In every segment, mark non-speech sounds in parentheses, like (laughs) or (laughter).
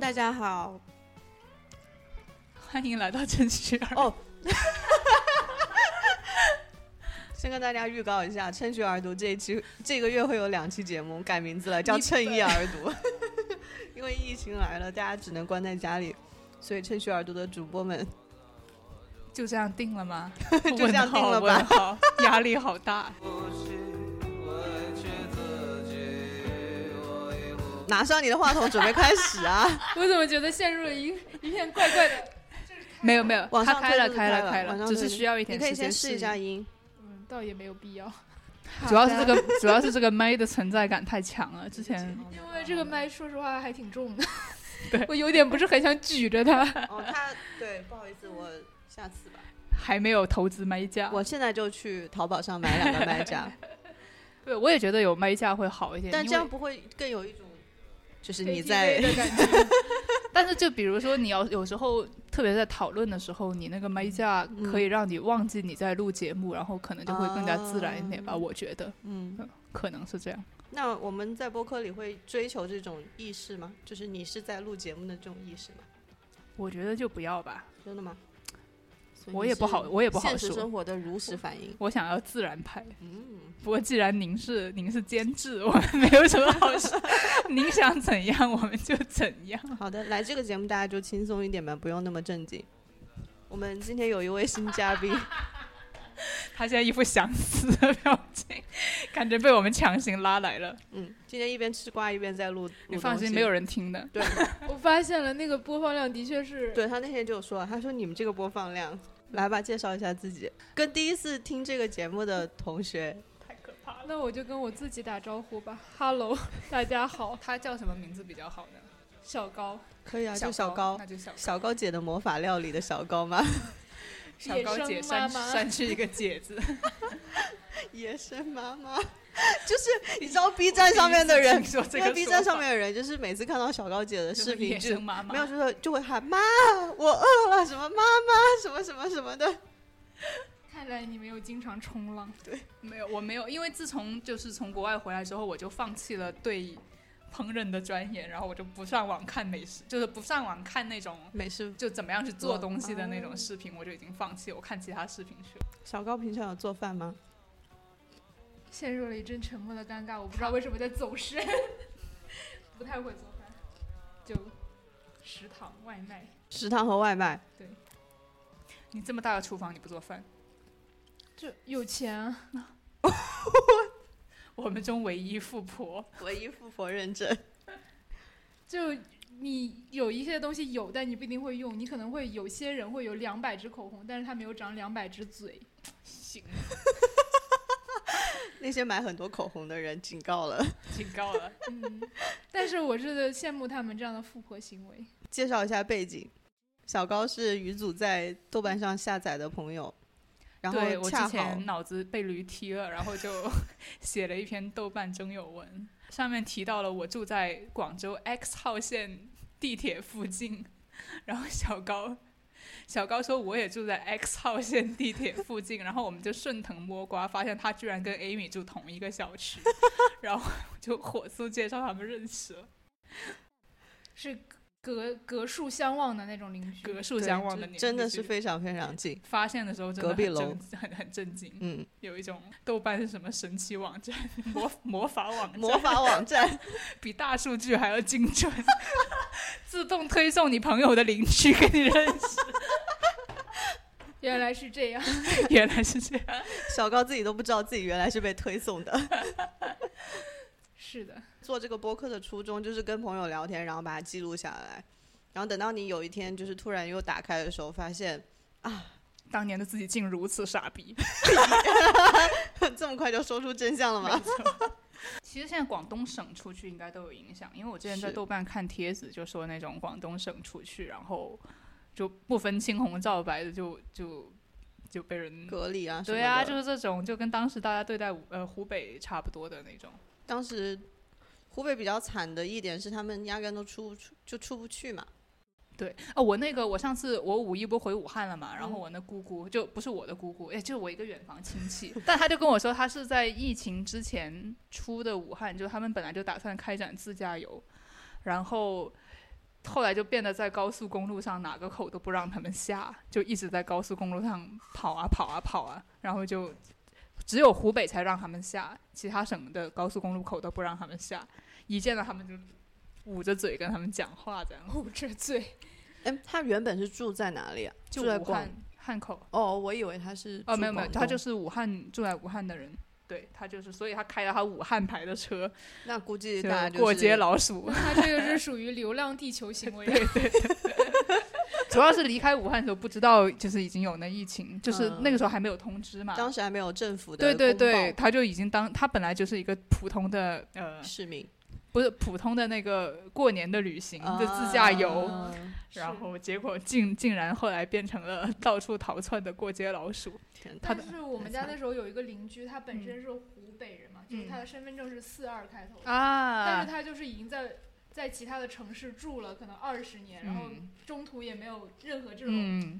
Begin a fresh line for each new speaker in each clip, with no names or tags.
大家好，
欢迎来到真虚儿。
哦 (laughs) 先跟大家预告一下，《趁虚而读》这一期这个月会有两期节目，改名字了，叫
你
《趁夜而读》， (laughs) 因为疫情来了，大家只能关在家里，所以《趁虚而读》的主播们
就这样定了 (laughs) 吗？
就这样定了吧
问号？问号 (laughs) 压力好大。
拿上你的话筒，准备开始啊！
(laughs) 我怎么觉得陷入了一一片怪怪的？
没有
(laughs)
没有，
往
他
上
开
推
了
就是
开
开了
开
往上
了，只
推
是
就是
需要一
(laughs) 你
点
可以
时
先
间
试
适
一下
应。
音，
嗯，倒也没有必要，
主要是这个， (laughs) 主要是这个麦的存在感太
(laughs)
强了。之前
(laughs) 因为这个麦说实话还挺重的
对，
(laughs) 我有点不是很想举着
(laughs)
它。
哦，他对，不好意思，我下次 (laughs) 吧。
还没有投资麦架，
我现在就去淘宝上买两个麦架， (laughs)
对我也觉得有麦架会好一点。
但
因
这样
为，
不会更有一种，就是你 (laughs)
KTV
在
的感觉，
但是就比如说你要有时候，特别在讨论的时候，你那个麦架
嗯
可以让你忘记你在录节目，然后可能就会更加自然一点吧。
啊
我觉得
嗯，
可能是这样。
那我们在播客里会追求这种意识吗？就是你是在录节目的这种意识吗？
我觉得就不要吧，
真的吗？所以
我
你
也不
是
好，我也不好
现实
说
生。活的如实反应，
我想要自然派，
嗯，
不过既然您是您是监制，我们没有什么好说。您想怎样，我们就怎样。
嗯好的，来这个节目大家就轻松一点吧，不用那么正经。我们今天有一位新嘉
(laughs)
宾，
他现在一副想死的表情，感觉被我们强行拉来了。
嗯，今天一边吃瓜一边在录，
你
录
放
东
心，
西
没有人听的。
对，
(laughs) 我发现了那个播放量的确是，
对他那天就说了，他说你们这个播放量，来吧，介绍一下自己，跟第一次听这个节目的同学，
啊那我就跟我自己打招呼吧，Hello，大 (laughs) 家好，
他叫什么名字比较好呢？
小高，
可以啊，就小高，
那就小
小高姐的魔法料理的小高吗？
小高姐
野生妈
删
妈
删去一个“姐”字。
野生妈 (laughs) 妈，就是你知道 (laughs) B 站上面的人
听， (laughs) 说这
因
个
为 B
说
站上
法
面的人，就是每次看到小高姐的
就是
视频
野
就
生妈妈
没有就说就会喊妈，我饿了，什么妈妈，什么什么什么的。
看来你没有经常冲浪，
没有，我没有，因为自从就是从国外回来之后，我就放弃了对烹饪的钻研，然后我就不上网看美食，就是不上网看那种
没事，
就怎么样去做东西的那
哦
种视频，我就已经放弃，我看其他视频去了。
小高平常有做饭吗？
陷入了一阵沉默的尴尬，我不知道为什么在走神， (laughs) 不太会做饭，就食堂外卖。
食堂和外卖，
你这么大的厨房，你不做饭？
就有钱啊，
我们中唯一富婆，
唯一富婆认证。
就你有一些东西有，但你不一定会用。你可能会有些人会有两百支口红，但是他没有长两百支 (laughs) 嘴。
行，
(laughs) 那些买很多口红的人警告了。
挺高了。
嗯，但是我是羡慕他们这样的富婆行为。
介绍一下背景，小高是鱼组在豆瓣上下载的朋友，然
对
后
我
恰
之
好
前脑子被驴踢了，然后就 (laughs) 写了一篇豆瓣征友文，上面提到了我住在广州 X 号线地铁附近，然后小高。小高说我也住在 X 号线地铁附近，然后我们就顺藤摸瓜，发现他居然跟 Amy 住同一个小区， (laughs) 然后我就火速介绍他们认识
嗯
了，
是隔隔树相望的那种邻居。
隔树
对
相望
就
的年纪，
真的是非常非常近。
发现的时候真的
隔壁
很
楼
震很很震惊，
(laughs) 嗯，
有一种豆瓣是什么神奇网站、 (laughs) 魔魔法网站，
魔法网站，
比大数据还要精准， (laughs) 自动推送你朋友的邻居给你认识。
原来是这样，
原来是这样，
小高自己都不知道自己原来是被推送的。
(laughs)
(laughs)
是的，
做这个播客的初衷就是跟朋友聊天，然后把它记录下来，然后等到你有一天就是突然又打开的时候，发现 (laughs)
当年的自己竟如此傻逼。
这么快就说出真相了吗？ (laughs)
其实现在广东省出去应该都有影响，因为我之前在
是
豆瓣看帖子，就说那种广东省出去，然后就不分青红皂白的就就就被人。
隔离啊什么的，
对啊，就是这种，就跟当时大家对待呃湖北差不多的那种。
当时湖北比较惨的一点是他们压根都出不出就出不去嘛，
对，哦，我那个我上次我五一不回武汉了嘛，然后我那姑姑就不是我的姑姑，哎，就是我一个远房亲戚，但他就跟我说他是在疫情之前出的武汉，就他们本来就打算开展自驾游，然后后来就变得在高速公路上哪个口都不让他们下，就一直在高速公路上跑啊跑啊跑啊，然后就只有湖北才让他们下，其他省的高速公路口都不让他们下。一见到他们就捂着嘴跟他们讲话，这样
捂着 (laughs) 嘴，
哎，他原本是住在哪里啊？
就
住在
武
广
汉汉口。
哦，我以为他是
哦，
住
没有没有，
广
他就
东
是武汉住在武汉的人，对他就是，所以他开了他武汉牌的车，
那估计
就
大家就是
过街老鼠。 (laughs)
他这个是属于流浪地球行为。 (laughs)
主要是离开武汉的时候不知道，就是已经有那疫情，就是
嗯
那个时候还没有通知嘛。
当时还没有政府的
对对
公
对，
报
他就已经当他本来就是一个普通的呃，
市民
不是普通的那个过年的旅行，就自驾游，
啊
然后结果竟竟然后来变成了 (laughs) 到处逃窜的过街老鼠。
天哪
他
但
的
是我们家那时候有一个邻居，他本身是湖北人嘛，就是
嗯
他的身份证是四二开头的，但
啊
是，他就是已经在在其他的城市住了可能二十年，然后
嗯
中途也没有任何这种
嗯，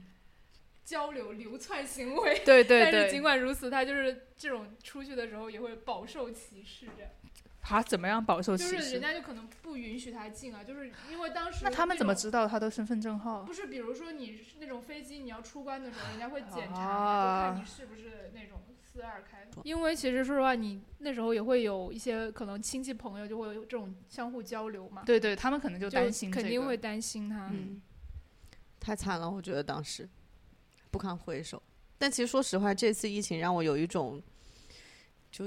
交流流窜行为。
对对
但是
对
尽，管如此，他就是这种出去的时候也会饱受歧视这样
他怎么样饱受
就
歧
是人
视？
家就可能不允许他进啊，就是因为当时
那他们
那
怎么
种
知道他的身份证号？
不是，比如说你是那种飞机，你要出关的时候，人家会检查，
啊
然后看你是不是那种四二开头。因为其实说实话，你那时候也会有一些可能亲戚朋友就会有这种相互交流嘛，
对对，他们可能就
就
担心这个，
肯定会担心他。
嗯，太惨了，我觉得当时不堪回首。但其实说实话，这次疫情让我有一种就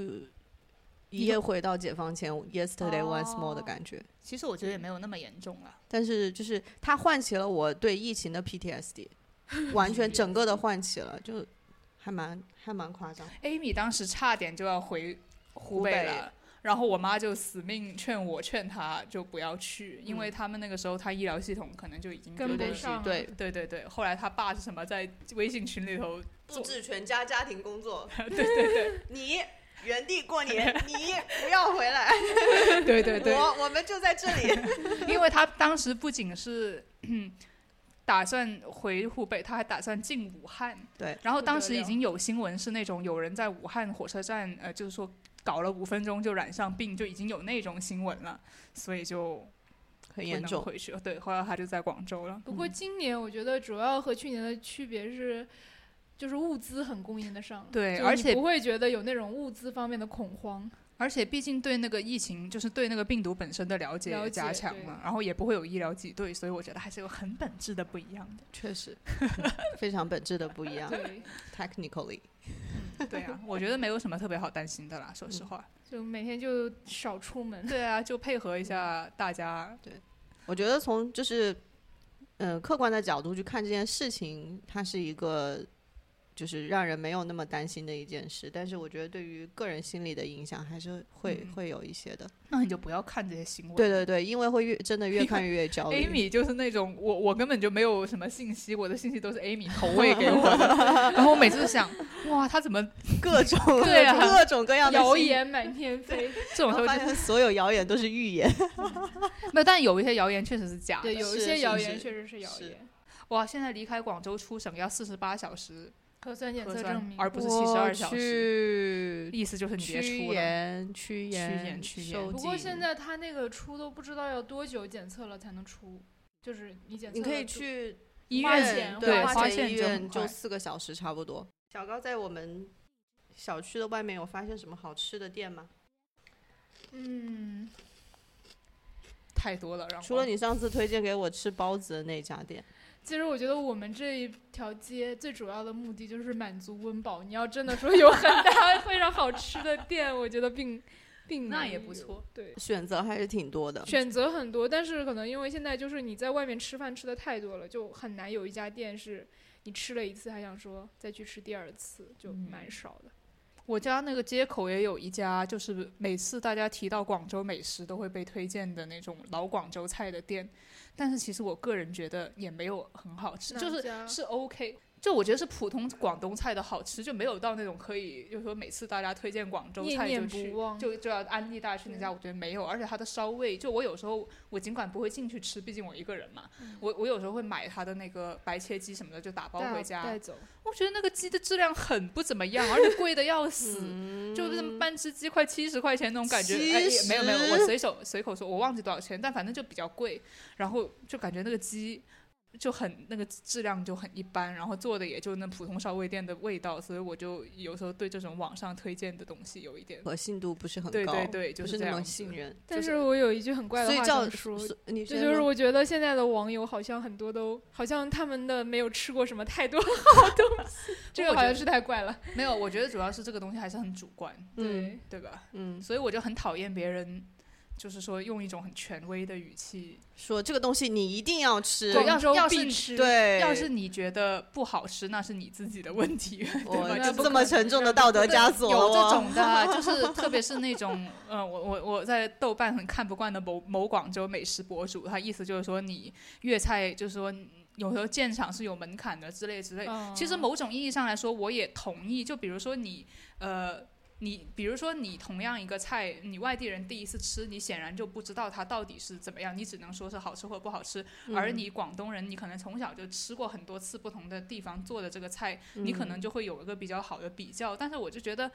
一夜回到解放前 （yesterday once more） 的
哦
感觉。
其实我觉得也没有那么严重了。
但是就是它唤起了我对疫情的
(laughs)
PTSD，完全整个的唤起了，就还蛮还蛮夸张。
Amy 当时差点就要回湖北
湖
了，然后我妈就死命劝我劝她就不要去，因为他们那个时候她医疗系统可能就已经
跟
有
不
点
上啊
对，
对对对，后来他爸是什么在微信群里头，
布置全家家庭工作，
(laughs) 对对对
你原地
(laughs)
过年，你不要回来，
对对 (laughs) 对，
我我们就在这里。 (laughs)
因为他当时不仅是 (clears throat) 打算回湖北，他还打算进武汉。
对，
然后
不
当
得
时已
了
经有新闻是那种有人在武汉火车站，呃，就是说搞了五分钟就染上病，就已经有那种新闻了，所以就
很
不
严
能
重，
回去。对，后来他就在广州了。
不
嗯
过今年我觉得主要和去年的区别是，就是物资很供应得上，
对
就是
而
你
且
不会觉得有那种物资方面的恐
(laughs)
慌。
而且毕竟对那个疫情，就是对那个病毒本身的了解
了
也加
解
强
对
了，然后也不会有医疗挤兑，所以我觉得还是有很本质的不一样
(laughs) 确实非常本质的不
(laughs)
一样。
对，
Technically，
的。对啊，我觉得没有什么特别好担心的啦，说实话。
就每天就少出
嗯
门。
对啊，就配合一下大家。
我觉得从就是嗯、呃客观的角度去看这件事情，它是一个就是让人没有那么担心的一件事，但是我觉得对于个人心理的影响还是会、
嗯
会有一些的。
那你就不要看这些新闻。哦
对对对，因为会越真的越
你
看越焦虑。
Amy 就是那种我我根本就没有什么信息，我的信息都是 Amy 投喂给我
(laughs)
的，然后我每次都想，哇，他怎么
各种
(laughs) 对啊
各种各样的
(laughs) 谣
信息，
言满天飞，
(laughs)
这种
然
时候
后发
就
现所有谣言都是预言。
没有？但有一些谣言确实是假的
对，。有一
是
些
是
谣
是
言确实是谣
是
言。
哇，现在离开广州出省要四十八小时
核酸检
核
测证
酸，
明，
而不是七十二小时，
时。
意思就是你别
趋
出了。
炎，趋
炎
炎，
趋
收
炎
不过
紧
现在他那个出都不知道要多久检测了才能出，就是你检测
你可
了
以
就
去
医
花
院
钱
对
花
花
花
县
钱
县
医
就很
院就
快
四个小时差不多。小高在我们小区的外面有发现什么好吃的店吗？
嗯，
太多了，让
除了
我
你上次推荐给我吃包子的那家店，
其实我觉得我们这一条街最主要的目的就是满足温饱。你要真的说有很大非常好吃的店，我觉得并并
那
没
也不
有
错。
对，
选择还是挺多的。
选择很多，但是可能因为现在就是你在外面吃饭吃的太多了，就很难有一家店是你吃了一次还想说再去吃第二次，就
嗯
蛮少的。
我家那个街口也有一家，就是每次大家提到广州美食都会被推荐的那种老广州菜的店，但是其实我个人觉得也没有很好吃，
哪
就是
家
是 OK，就我觉得是普通广东菜的好吃，就没有到那种可以，就是说每次大家推荐广州
念
菜就
念
去
不忘
就就要安利大家去那家，我觉得没有。而且它的烧味，就我有时候我尽管不会进去吃，毕竟我一个人嘛，
嗯
我我有时候会买它的那个白切鸡什么的，就打包
带
回家。
带走，
我觉得那个鸡的质量很不怎么 (laughs) 样，而且贵的要死。就是半只鸡快七十块钱那种感觉，哎，也没有没有，我随手随口说，我忘记多少钱，但反正就比较贵，然后就感觉那个鸡就很那个质量就很一般，然后做的也就那普通烧味店的味道，所以我就有时候对这种网上推荐的东西有一点，
可信度不是很高，
对对对，就
不是
这
那
样
么
子
信。任。
就
但
是
是我有一句很怪
所
的
以
话
叫
想说，
所你
这
先
就是
说
我觉得现在的网友好像很多都好像他们的没有吃过什么太多好东西，这个好像是太怪了。
没有，我觉得主要是这个东西还是很主观，
嗯
对吧？
嗯，
所以我就很讨厌别人，就是说用一种很权威的语气
说这个东西你一定要吃，
对要
广州
要是
必
你
吃，
对，
要是你觉得不好吃，那是你自己的问题， (laughs) 对
我
吧？就
那
不
不
这
可
么沉重的道德枷锁，
有这种的，就是特别是那种，呃，我我我在豆瓣很看不惯的某某广州美食博主，他意思就是说你粤菜就是说有时候鉴赏是有门槛的之类之类的
嗯
其实某种意义上来说，我也同意。就比如说你，呃，你比如说你同样一个菜，你外地人第一次吃，你显然就不知道它到底是怎么样，你只能说是好吃或不好吃。而你广东人，你可能从小就吃过很多次不同的地方做的这个菜，你可能就会有一个比较好的比较。但是我就觉得。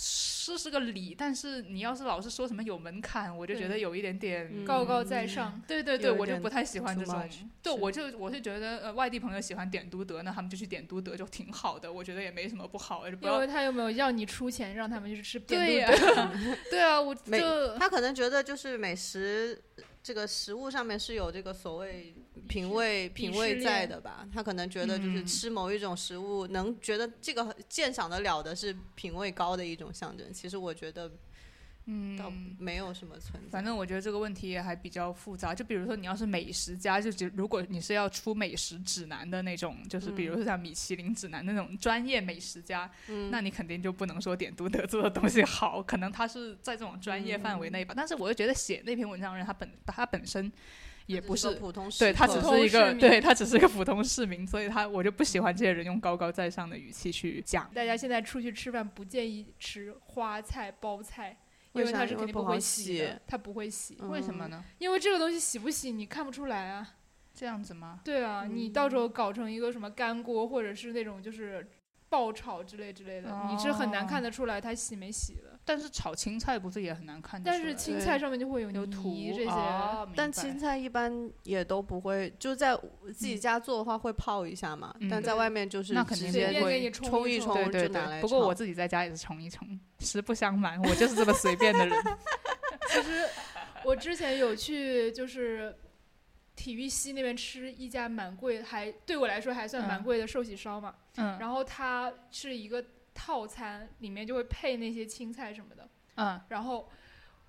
是是个理，但是你要是老是说什么有门槛，我就觉得有一点点
嗯
(laughs) 高高在上，
对对对，
有一
我就
点
不太喜欢
too
这种
much，。
对，
是
我就我是觉得，呃，外地朋友喜欢点都德，那他们就去点都德就挺好的，我觉得也没什么不好，就不
因
要
为他有没有让你出钱让他们去吃扁
(laughs)
对
豆
呀、
的
对啊，我
没
就
他可能觉得就是美食这个食物上面是有这个所谓品味品味在的吧？他可能觉得就是
嗯
吃某一种食物，能觉得这个鉴赏得了的是品味高的一种象征。其实我觉得倒
(laughs) 嗯。
没有什么存在。
反正我觉得这个问题也还比较复杂，就比如说你要是美食家，就只如果你是要出美食指南的那种，就是比如说像米其林指南那种专业美食家，那你肯定就不能说点都德做的东西好，可能他是在这种专业范围内吧。但是我又觉得写那篇文章的人，他本他本身也不
这
是
个普通食客，
对他只
普通
是一个，
市民
对他只是一个普通市民，所以他我就不喜欢这些人用高高在上的语气去讲。
(laughs) 大家现在出去吃饭不建议吃花菜、包菜，因
为
为
啥
它是
因为
肯定
不好
会洗
洗
的，它不会洗，
嗯
为什么呢？
因为这个东西洗不洗你看不出来啊。
这样子吗？
对啊，你到时候搞成一个什么干锅，或者是那种就是爆炒之类之类的，你是很难看得出来它洗没洗的。
但是炒青菜不是也很难看得出
但
来？
是青
嗯对啊
菜上面就会有
有
泥
土
这些，
哦明
但
白
青菜一般也都不会，就在自己家做的话会泡一下嘛，
嗯
但在外面就是
那肯
直
定不
随
接
便
会
给你
冲一
一
冲
对对
就拿
对，
来
不过我
炒
自己在家也是冲一冲，实不相瞒，我就是这么随便的人。 (laughs)
其实我之前有去就是体育系那边吃一家蛮贵，还对我来说还算蛮
嗯
贵的寿喜烧嘛。
嗯
然后它是一个套餐，里面就会配那些青菜什么的。
嗯，
然后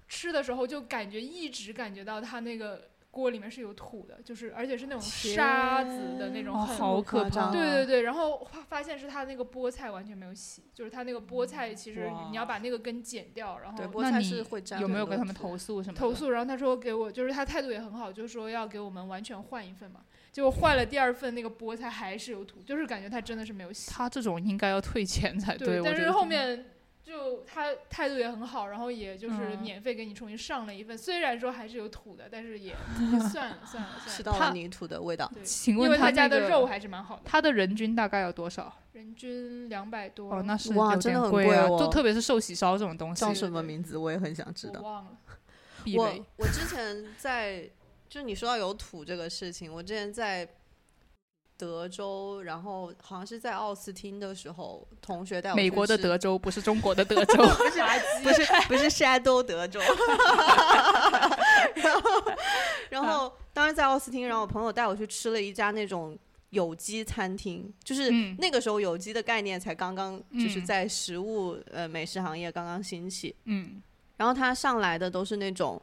吃的时候就感觉一直感觉到它那个锅里面是有土的，就是而且是那种沙子的那种
哦，
很。
好可
夸
怕。
张啊
对对对，然后发发现是它那个菠菜完全没有洗，就是它那个菠菜其实
哇
你要把那个根剪掉，然
对
后
菠
那
菜
你
是会沾
有没
很
有
多
跟他们
土
投诉什么的？
投诉，然后他说给我，就是他态度也很好，就是说要给我们完全换一份嘛。结果换了第二份，那个菠菜还是有土，就是感觉他真的是没
(laughs)
有洗。
他这种应该要退钱才我觉
但是
得
后
这
面就他态度也很好，然后也就是
嗯
免费给你重新上了一份，虽然说还是有土的，但是也也算了算了
吃
算了，
到
它
了泥土的味道。
对，
请
因
问
为他家
那
的
个
肉还是蛮好的，
他的人均大概有多少？
人均两百多。
哦，那是
哇
有
真
点
的很
贵
贵
啊，
哦
就特别是寿喜烧这种东西
叫
对，
什么
对
名字？我也很想知
我
道。
(laughs)
忘
哦
了，
避雷
我哎我之前在，就你说到有土这个事情，我之前在德州，然后好像是在奥斯汀的时候，同学带我
美
去
国的
吃 (laughs)
德州不是中国的德州，
(laughs)
不是不是山东德州， (laughs) 然后然
嗯
后当时在奥斯汀，然后我朋友带我去吃了一家那种有机餐厅， (laughs) 就是
嗯
那个时候有机的概念才刚刚就是
嗯
在食物、呃美食行业刚刚兴起，
嗯，
然后它上来的都是那种。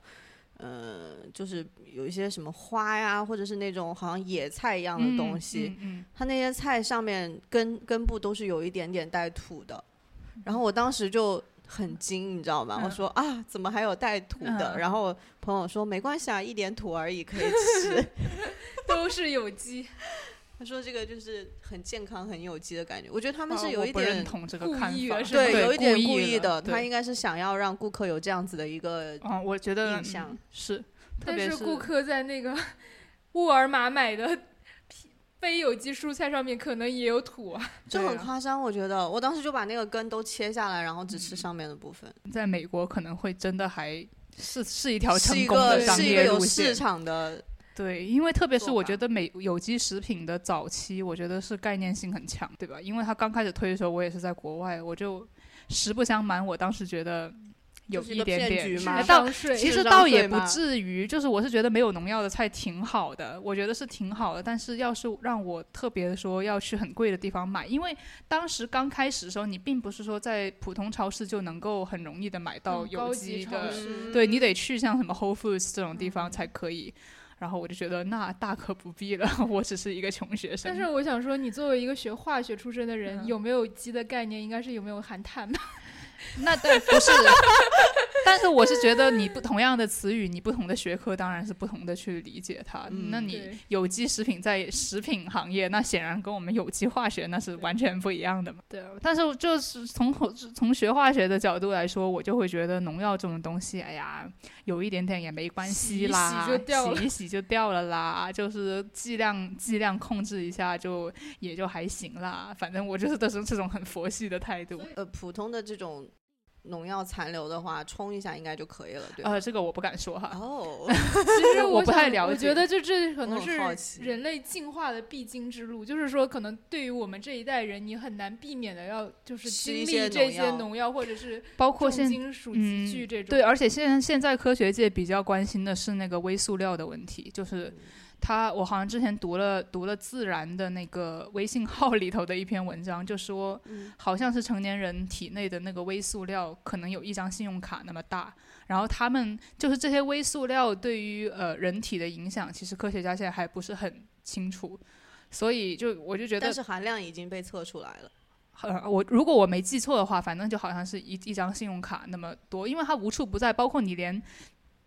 呃，就是有一些什么花呀，或者是那种好像野菜一样的东西，
嗯，嗯
它那些菜上面根根部都是有一点点带土的，然后我当时就很惊，你知道吗？
嗯
我说啊，怎么还有带土的？
嗯
然后我朋友说没关系啊，一点土而已可以吃。
都是有机。
(laughs) 他说这个就是很健康、很有机的感觉。我觉得他
他
们是有一
哦啊不认
点、啊
同这个
故
看
意
法
了，是吧
对，有一点
故
故意的，他
对
应该是想要让顾客有这样子的一个
嗯，我觉得
印象。
是，特
但
别
顾客在那个 (laughs) 沃尔玛买的批非有机蔬菜上面可能也有土啊。
就
对
很
啊
夸张，我觉得我当时就把那个根都切下来，然后只吃
嗯
上面的部分，
在美国可能会真的还是是一条
是
成
一
功
个
的商
是一
业
个有
路
市
线。
场的，
对，因为特别是
做
我
法
觉得美有机食品的早期，我觉得是概念性很强，对吧？因为它刚开始推的时候，我也是在国外，我就实不相瞒，我当时觉得有
就是一个
点
骗
点
局嘛
哎
智
到
税
其
智
实
商
倒
税
也不
吗
至于，就是我是觉得没有农药的菜挺好的，我觉得是挺好的。但是要是让我特别说要去很贵的地方买，因为当时刚开始的时候，你并不是说在普通超市就能够很容易的买到
嗯
有
高级
机
超
的，
市
嗯
对你得去像什么 Whole Foods 这种地
嗯
方才可以。然后我就觉得那大可不必了， (laughs) 我只是一个穷学生。
但是我想说，你作为一个学化学出身的人，
嗯
有没有机的概念，应该是有没有含碳吧？
那但不是，
(laughs)
但是我是觉得你不同样的词语，你不同的学科当然是不同的去理解它。
嗯
那
对
你有机食品在食品行业，那显然跟我们有机化学那是完全不一样的嘛。
啊
对，但是就是从从学化学的角度来说，我就会觉得农药这种东西，哎呀，有一点点也没关
洗一
系
洗
啦，
就掉了
洗一洗就掉了啦， (laughs) 就是剂量剂量控制一下就也就还行啦。反正我就是都是这种很佛系的态度。
呃，普通的这种农药残留的话，冲一下应该就可以了，对吧？
呃，这个我不敢说哈。 (laughs)
哦，
其 (laughs) 实
我不
想
太了
我
解
觉得就这可
我
能
很好
是
奇
人类进化的必经之路，就是说，可能对于我们这一代人，你很难避免的要就是
吃
经
一
历
些
这
农
些
药
农药或者是
包括
重
现
金属集
嗯
聚这种。
对，，而且现在现在科学界比较关心的是那个微塑料的问题，就是他我好像之前读了读了《自然》的那个微信号里头的一篇文章，就说
嗯
好像是成年人体内的那个微塑料可能有一张信用卡那么大，然后他们就是这些微塑料对于呃人体的影响，其实科学家现在还不是很清楚。所以就我就觉得
但是含量已经被测出来了，
呃，我如果我没记错的话，反正就好像是一一张信用卡那么多，因为它无处不在，包括你连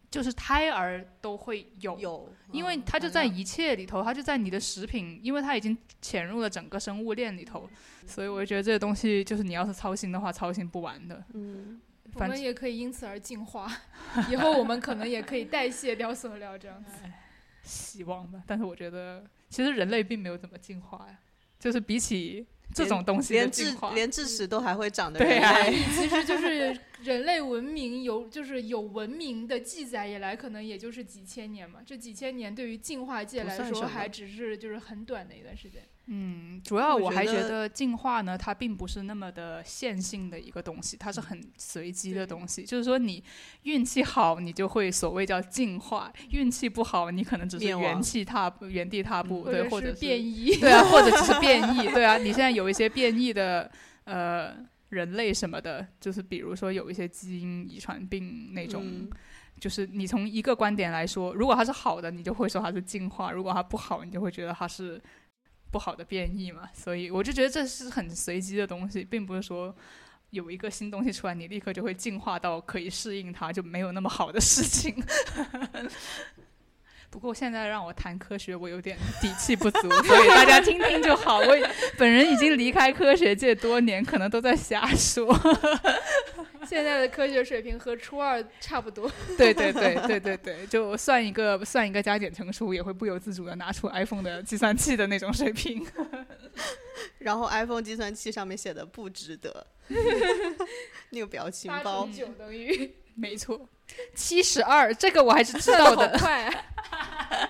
就是胎儿都会有，
有，
因为
嗯
它就在
含量
一切里头，它就在你的食品，因为它已经潜入了整个生物链里头，所以我就觉得这个东西就是你要是操心的话，操心不完的。
嗯，
我
反
们也可以因此而进化， (laughs) 以后我们可能也可以代谢掉塑料这样子。
哎
希望吧，但是我觉得其实人类并没有怎么进化呀，就是比起这种东西的
连智
进化，
连智齿都还会长的
对
人
啊
类，
(laughs) 其实就是人类文明有就是有文明的记载以来，可能也就是几千年嘛。这几千年对于进化界
不
来
算
说，
什么
还只是就是很短的一段时间。
嗯，主要
我
我
觉
还觉
得
得进化呢，它并不是那么的线性的一个东西，它是很随机的
对
东西。就是说，你运气好，你就会所谓叫进化；运气不好，你可能只是
灭亡
原气踏步、原地踏步，对，或
嗯
者
者是
是
变异， (laughs)
对啊，或者只是变异，对啊。你现在有一些变异的呃人类什么的，就是比如说有一些基因遗传病那种，
嗯
就是你从一个观点来说，如果它是好的，你就会说它是进化；如果它不好，你就会觉得它是不好的变异嘛。所以我就觉得这是很随机的东西，并不是说。有一个新东西出来，你立刻就会进化到可以适应它，就没有那么好的事情。 (laughs) 不过现在让我谈科学，我有点底气不足，所以大家听听就好。我本人已经离开科学界多年，可能都在瞎说。
现在的科学水平和初二差不多。
(laughs) 对对对对对对，就算一个算一个加减乘除，也会不由自主的拿出 iPhone 的计算器的那种水平。
然后 iPhone 计算器上面写的不值
(laughs)
得，那个表情
八
包
乘，九
(laughs)
等于
没错，七十二，这个我还是知道 (laughs)
好
的。
快、啊，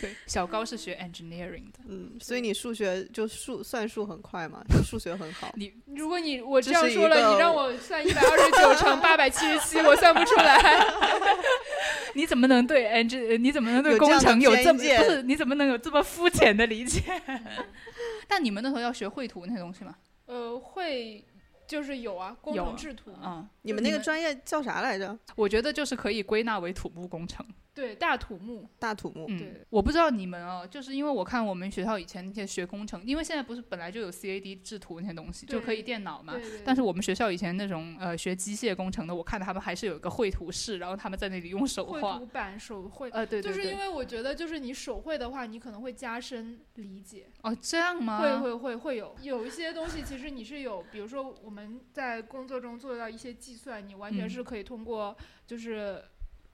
对，小高是学 engineering 的，，
嗯，所以你数学就数算术很快嘛，就数学很好
你
如果你我这
这
样
是一
说了，
个
你让我算一百二十
(laughs)
九乘八百七十七，我算不出来。
你怎么能对 engine 你怎么能对
有这
工
样的
程有这么
偏见
不是你怎么能有这么肤浅的理解？ (laughs) 但你们那时候要学绘图那些东西吗？
呃，会就是有啊，工
有
程
啊
制图嘛。
嗯，
你们
你
那个
们
专业叫啥来着？
我觉得就是可以归纳为土木工程，
对大土木，
大土木，
嗯
对，
我不知道你们哦，就是因为我看我们学校以前那些学工程，因为现在不是本来就有 CAD 制图那些东西，就可以
对
电脑嘛
对。对
但
是
是我们学校以前那种呃学机械工程的，我看他们还是有一个绘图室，然后他们在那里用手
绘
画
图。板手绘。
呃，对
就
对
是因
对，
为我觉得，就是你手绘的话，你可能会加深理解，
哦，这样吗？
会会会会有有一些东西，其实你是有，比如说我们在工作中做到一些计算，你完全
嗯
是可以通过就是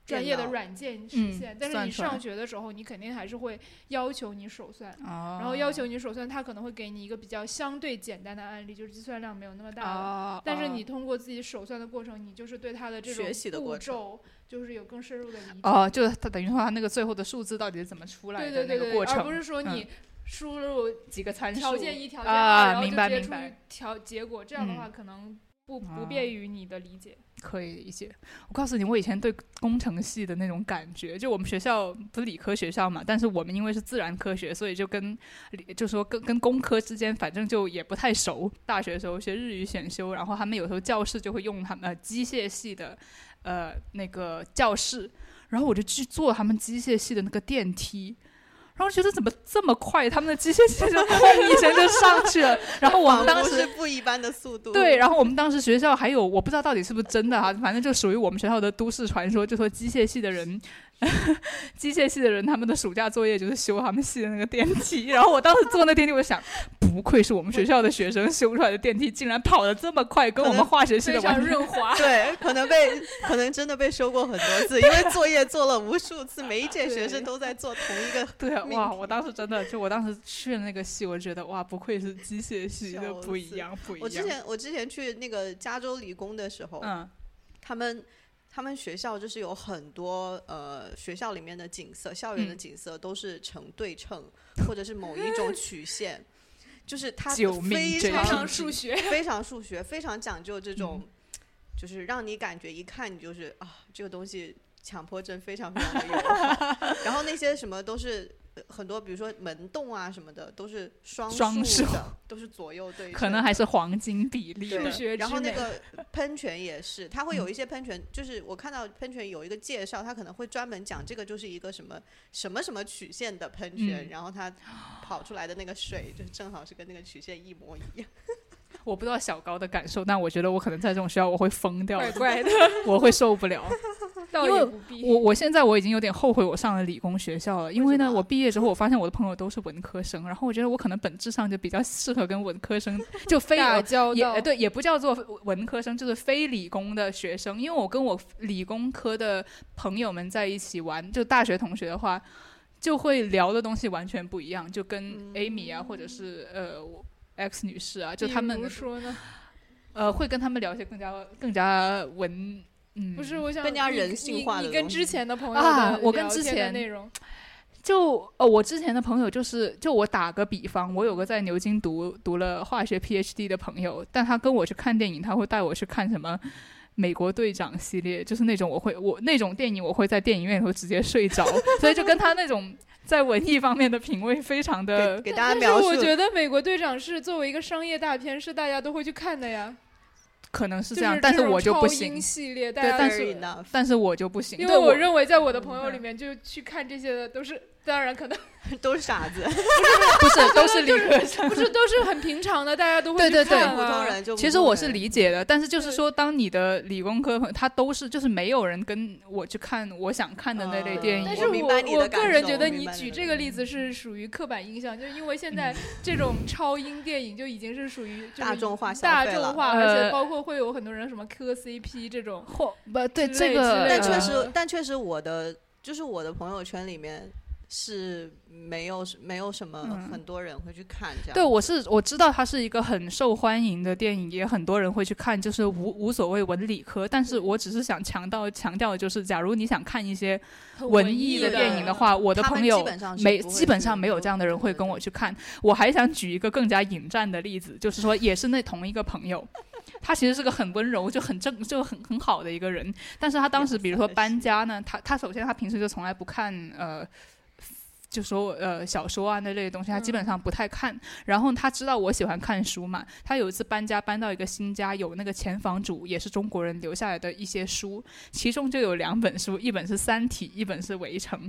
专业的
电脑
软件实
嗯
现。但是
算
你
出来
上学的时候，你肯定还是会要求你手算，
哦，
然后要求你手算，它可能会给你一个比较相对简单的案例，就是计算量没有那么大的。
哦，
但是
哦
你通过自己手算的过程，你就是对它的这种
学习的
步
过程
骤，就是有更深入的理解。
哦，就是他等于说他那个最后的数字到底是怎么出来
对
的
对
那
对
个
对，
过程，
而不是说你输入
几个参数
条件一条件
啊
二，然后
明白
就直接
明
出
白
条结果，这样的
嗯
话可能不
啊
不便于你的理解。
可以理解。我告诉你，我以前对工程系的那种感觉，就我们学校不是理科学校嘛，但是我们因为是自然科学，所以就跟理就说跟跟工科之间，反正就也不太熟。大学的时候学日语选修，然后他们有时候教室就会用他们呃机械系的呃那个教室，然后我就去坐他们机械系的那个电梯。然后觉得怎么这么快，他们的机械系就轰一声就上去了。 (laughs) 然后我们
仿
当
佛
时
是不一般的速度，，
对，然后我们当时学校还有，我不知道到底是不是真的哈、反正就属于我们学校的都市传说，就说机械系的人， (laughs) 机械系的人他们的暑假作业就是修他们系的那个电梯。然后我当时坐那电梯，我就想，不愧是我们学校的学生修出来的电梯，竟然跑得这么快，跟我们化学系
非
的
常
完全。
润滑
(laughs) 对，可能被 (laughs) 可能真的被收过很多次，因为作业做了无数次，每一届学生都在做同一个，
对啊，
命
哇！我当时真的，就我当时去了那个系，我就觉得哇，不愧是机械系的，
笑
不一
死
样，不一样。
我之前我之前去那个加州理工的时候，
嗯，
他们他们学校就是有很多呃学校里面的景色，校园的
嗯
景色都是成对称，或者是某一种曲线，就是 (laughs) 它
救命
非
这
非
一
常
常数学。
非常数学，非常讲究这种，就是让你感觉一看你就是啊，这个东西强迫症非常非常的有。然后那些什么都是。呃很多，比如说门洞啊什么的，都是双
双
数
数
的，都是左右对称的。
可能还是黄金比例
对
的
数学
然
之
后那
美
个喷泉也是，它会有一些喷泉，就是我看到喷泉有一个介绍，它可能会专门讲这个就是一个什么什么什么曲线的喷泉，
嗯
然后它跑出来的那个水就正好是跟那个曲线一模一样。
我不知道小高的感受，但我觉得我可能在这种学校我会疯掉，
怪怪的，
我会受不了。
(laughs) 倒
因为
也不必。
我我现在我已经有点后悔我上了理工学校了，因为
为
啊
呢，
什么
我毕业之后我发现我的朋友都是文科生，然后我觉得我可能本质上就比较适合跟文科生就非
打交
也
道
呃，对，也不叫做文科生，就是非理工的学生。因为我跟我理工科的朋友们在一起玩，就大学同学的话，就会聊的东西完全不一样，就跟 Amy 啊，或者是呃我 X 女士啊，就他们
嗯比如说呢，
呃，会跟他们聊一些更加更加文，嗯，
不是我想
更加
你
人性
你
化
你
的
跟
东
之
西
前的朋友
啊
的
我跟
聊
之
天的
前
内容
就呃，我之前的朋友就是，就我打个比方，我有个在牛津读读了化学 PhD 的朋友，但他跟我去看电影，他会带我去看什么。美国队长系列就是那种我会我那种电影我会在电影院里头直接睡着，所以就跟他那种在文艺方面的品味非常的
给给大
但
家
是
描述
我，觉得《美国队长》是作为一个商业大片，是大家都会去看的呀。
可能是
就
这
是
样，但
这种
我就不
超英
行，
系列，大
对
家
但
都
是
Fair enough (laughs)
但是我就嗯不行，
因
对
为我认为在我的朋友里面，就去看这些的都是，当然
(laughs)
可能
都是傻子，
不是都是理科生，
不是都是很平常的，大家都会
对
去
对
(laughs)
对嗯
看啊
普通人就
其
普
实
通
我是
人
理解的，但是就是
对
说，当你的理工科朋友他都是就是没有人跟我去看我想看的那类
嗯
电影，
但
我
是
明白你
我
的
我
感
个人
受
觉
我
得
明
你
白你
举
的
这个例子是属于刻板印象，就是因为
(laughs)
现在这种超英电影就已经是属于就是
大众化消
大
费了
众化，
呃
而且包括会有很多人什么磕 CP 这种，
或不对
之
这
类
个，
之类
但
的
确
呃
实，但确实我的就是我的朋友圈里面是没有没有什么
嗯
很多人会去看这样。
对，我是我知道它是一个很受欢迎的电影，也很多人会去看，就是无无所谓文理科。但是我只是想强调强调的就是，假如你想看一些
很
文
文
艺
的
电影的话，我的
他们
朋友
基本上是
没
不会
基本
去
上没有
都
这样的人会
对对
跟
对
我去看。我还想举一个更加引战的例子，就是说也是那同一个朋友，他其实是个很温柔就很正就很很好的一个人，但是他当时比如说搬家呢，他他首先他平时就从来不看呃。就说呃小说啊那类的东西，他基
嗯
本上不太看。然后他知道我喜欢看书嘛，他有一次搬家搬到一个新家，有那个前房主也是中国人留下来的一些书，其中就有两本书，一本是《三体》，一本是《围城》。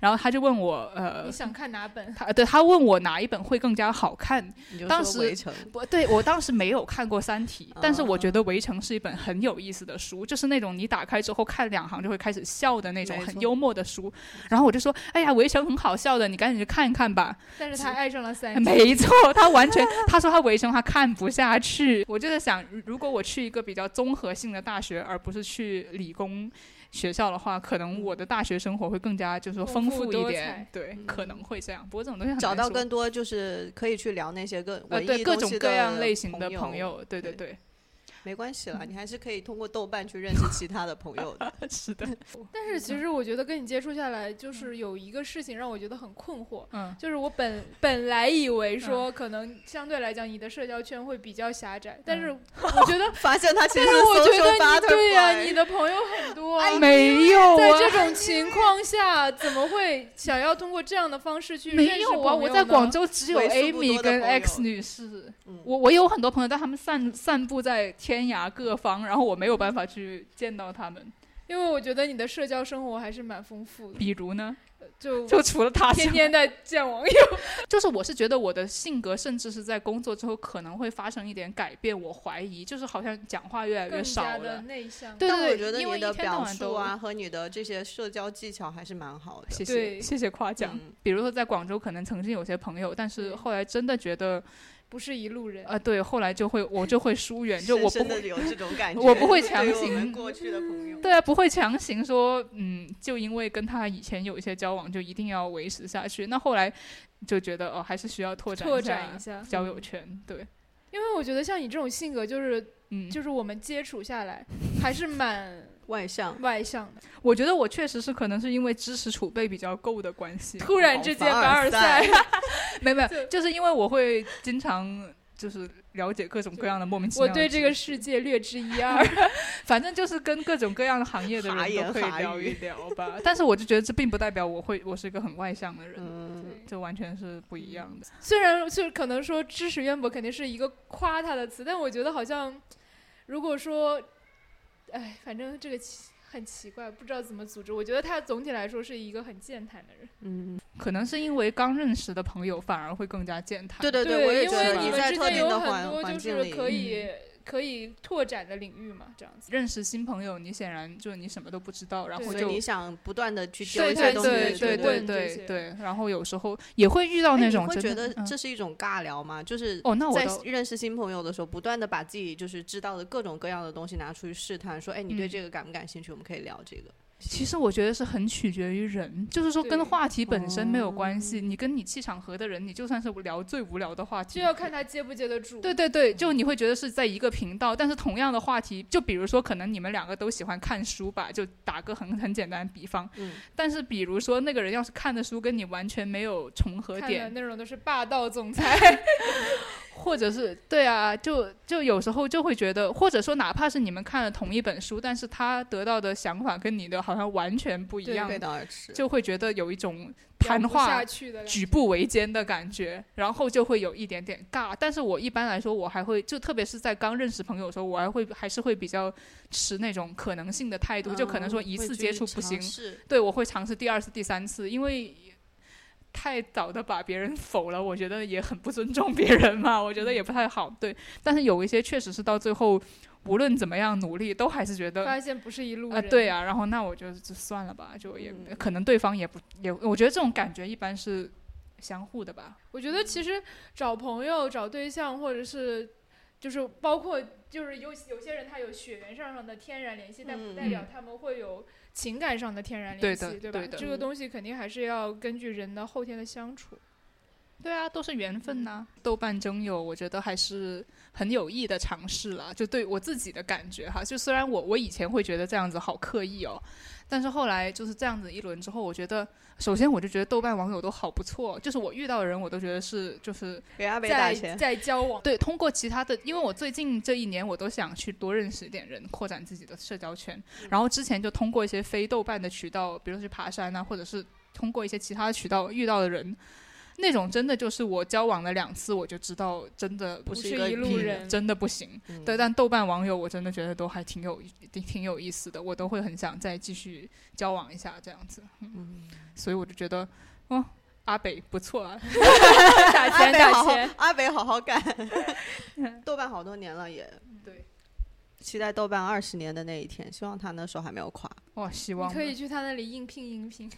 然后他就问我呃
你。想看哪本？
(laughs) 他对他问我哪一本会更加好看，
你就
当
说
时
围城，，
不对，我当时没有看过《三体》但是我觉得《围城》是一本很有意思的书，就是那种你打开之后看两行就会开始笑的那种
没
很
错
幽默的书。然后我就说：“哎呀，《围城》很好笑的，你赶紧去看一看吧。
但是他爱上了三”
(laughs)
体
没错，他完全他说他《围城》他看不下去。我就在想，如如果我去一个比较综合性的大学，而不是去理工学校的话，可能我的大学生活会更加就是说丰
丰富
富一
多
点
彩。
对
嗯，
可能会这样。不过这种东西很
找
难
到
说
更多就是可以去聊那些更
呃
文艺
对各
东
种
西
各样类型
的
的朋，友，嗯对对对，
没关系啦，你还是可以通过豆瓣去认识其他的朋友
(laughs)
的。
是的，
但是
嗯
其实我觉得跟你接触下来，就是有一个事情让我觉得很困惑，
嗯。
就是我本本来以为说可能相对来讲你的社交圈会比较狭窄，但
嗯
是我觉
(laughs)
得，
发现他其
但
实
是我觉
social
得你
butterfly
对呀、你的朋友很多啊。
哎没有
在
啊，
这种情况下，怎么会想要通过这样的方式去认
没
识
有
朋
啊！
友
我在
呢
广州只有
为数不多
Amy
的
跟
朋友
X 女士，
嗯
我我有很多朋友，但他们散散布在天涯各方，然后我没有办法去见到他们。
因为我觉得你的社交生活还是蛮丰富的，
比如呢，
(laughs) 就
就除了他之外，
天天在见网友。
(laughs) 就是我是觉得我的性格，甚至是在工作之后可能会发生一点改变，我怀疑，就是好像讲话越来越
更加
少
的
了。
内向。
对
但我
对
觉得
对，因为
你
一
的
天到
表
晚
述
都
啊，和你的这些社交技巧还是蛮好的。
谢
对
谢谢谢夸奖。
嗯
比如说在广州，可能曾经有些朋友，但是
对
后来真的觉得，
不是一路人。
呃，对，后来就会我就会疏远，就我不
深
会
深的有这种感觉，
(laughs) 我不会
对于
强
我们
行
过去的朋友，
对啊，不会强行说，嗯，就因为跟他以前有一些交往，就一定要维持下去。那后来就觉得，哦，还是需要拓展
拓展一
下
下，
交友圈。对，
因为我觉得像你这种性格，就是
嗯，
就是我们接触下来还是蛮
(laughs) 外向，
外向的。
我觉得我确实是可能是因为知识储备比较够的关系，
突然之间
好啊
凡
凡
尔
尔
赛
赛，
没有没
就
有，就是因为我会经常就是了解各种各样的莫名其
我
妙的知识。
对这个世界略
(laughs)
知一二。
反正就是跟各种各样的行业的
哈
人
言
都可以
哈
聊
语
一聊吧。但是我就觉得这并不代表我会我是一个很外向的人，
嗯，
就完全是不一样的。
虽然就是可能说知识渊博肯定是一个夸他的词，但我觉得好像如果说，哎，反正这个奇很奇怪，不知道怎么组织。我觉得他总体来说是一个很健谈的人。
嗯，
可能是因为刚认识的朋友反而会更加健谈。
对对我也
因
觉
为
得
你
你
们
在
之
特
间
定
有
的
很
环
多就
环境
是
里，嗯
可以可以拓展的领域嘛，这样子。
认识新朋友，你显然就你什么都不知道，然后
所
对
以
就
你想不断的去
试
丢一
探
些
对
东西
自
对
己
出
对
来，
对
问这
对
些
对，然后有时候也会遇到
哎
那
你
种
会
真
觉
的
得
嗯
这是一种尬聊吗？就是
哦那我
在
倒
认识新朋友的时候，不断的把自己就是知道的各种各样的东西拿出去试探，说，哎，你对
嗯
这个感不感兴趣？我们可以聊这个。
其实我觉得是很取决于人，就是说
对哦
跟话题本身没有关系，你跟你气场合的人，你就算是聊最无聊的话题
就。要看他接不接得住。
对对对，就你会觉得是在一个频道，但是同样的话题，就比如说可能你们两个都喜欢看书吧，就打个很很简单的比方，
嗯，
但是比如说那个人要是看的书跟你完全没有重合
看的
点，
那种都是霸道总裁，
或者是对啊，就就有时候就会觉得，或者说哪怕是你们看了同一本书，但是他得到的想法跟你的好像完全不一
对
样
背，道而驰。
就会觉得有一种
谈
谈
不
话
下去的感觉。
举步维艰的感觉，然后就会有一点点尬。但是我一般来说，我还会就特别是在刚认识朋友的时候，我还会还是会比较持那种可能性的态哎
嗯
度，就
嗯
可能说一次接触不行，
是
对我会尝试第二次、第三次，因为太早的把别人否了，我觉得也很不尊重别人
(laughs)
嘛，我觉得也不太好。对，但是有一些确实是到最后，无论怎么样努力，都还是觉得。
发现不是一路
啊，
人
对，啊，然后那我就就算了吧，就也、
嗯
可能对方也不也，我觉得这种感觉一般是相互的吧。
我觉得其实找朋友、找对象，或者是就是包括就是有有些人他有血缘上的天然联系，但不
嗯
代表他们会有情感上的天然联
对
系，
的
吧
对的嗯
这个东西肯定还是要根据人的后天的相处。
对啊，都是缘分呐、豆瓣征友，我觉得还是很有益的尝试了。就对我自己的感觉哈，就虽然我我以前会觉得这样子好刻意哦，但是后来就是这样子一轮之后，我觉得首先我就觉得豆瓣网友都好不错，就是我遇到的人我都觉得是就是
给阿北打
在
钱。
在交往，
对通过其他的，因为我最近这一年我都想去多认识一点人，扩
嗯
展自己的社交圈。然后之前就通过一些非豆瓣的渠道，比如说去爬山啊，或者是。通过一些其他渠道遇到的人，那种真的就是我交往了两次，我就知道真的
(laughs) 不
是
一个
一路
屁
人
真的不行。
嗯
对，但豆瓣网友我真的觉得都还挺有挺挺有意思的，我都会很想再继续交往一下这样子，
嗯
所以我就觉得，哦，阿北不错啊，
(laughs)
打
阿
钱
北好
打
哎好
(laughs)
钱，，
阿北好好
(laughs)
干。豆瓣好多年了，也
嗯
对，
期待豆瓣二十年的那一天，希望他那时候还没有垮。
哇，希
你
望
可以
吧
去他那里应聘应聘。